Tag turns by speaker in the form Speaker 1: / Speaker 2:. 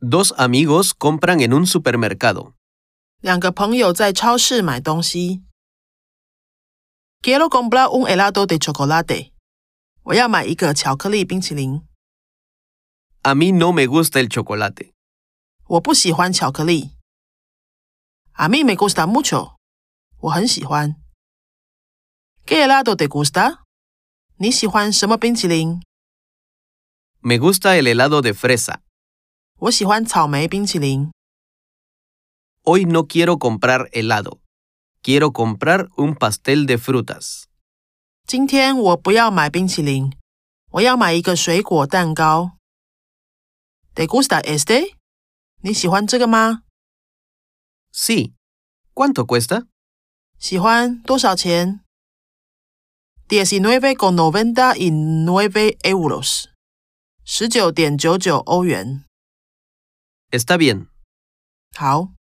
Speaker 1: Dos amigos compran en un supermercado.
Speaker 2: 两个朋友在超市买东西。Quiero comprar un helado de chocolate。我要买一个巧克力冰淇淋。
Speaker 1: A mí no me gusta el chocolate.
Speaker 2: 我不喜欢巧克力。A mí me gusta mucho。我很喜欢。¿Qué helado te gusta？你喜欢什么冰淇淋？
Speaker 1: Me gusta el helado de fresa.
Speaker 2: 我喜欢草莓冰淇淋。
Speaker 1: Hoy no quiero comprar helado. Quiero comprar un pastel de frutas.
Speaker 2: 今天我不要买冰淇淋，我要买一个水果蛋糕。¿Te gusta este？你喜欢这个吗？
Speaker 1: Sí. ¿Cuánto cuesta?
Speaker 2: 喜欢多少钱？Diecinueve con noventa y nueve euros，十九点九九欧元。
Speaker 1: Está bien.
Speaker 2: 好，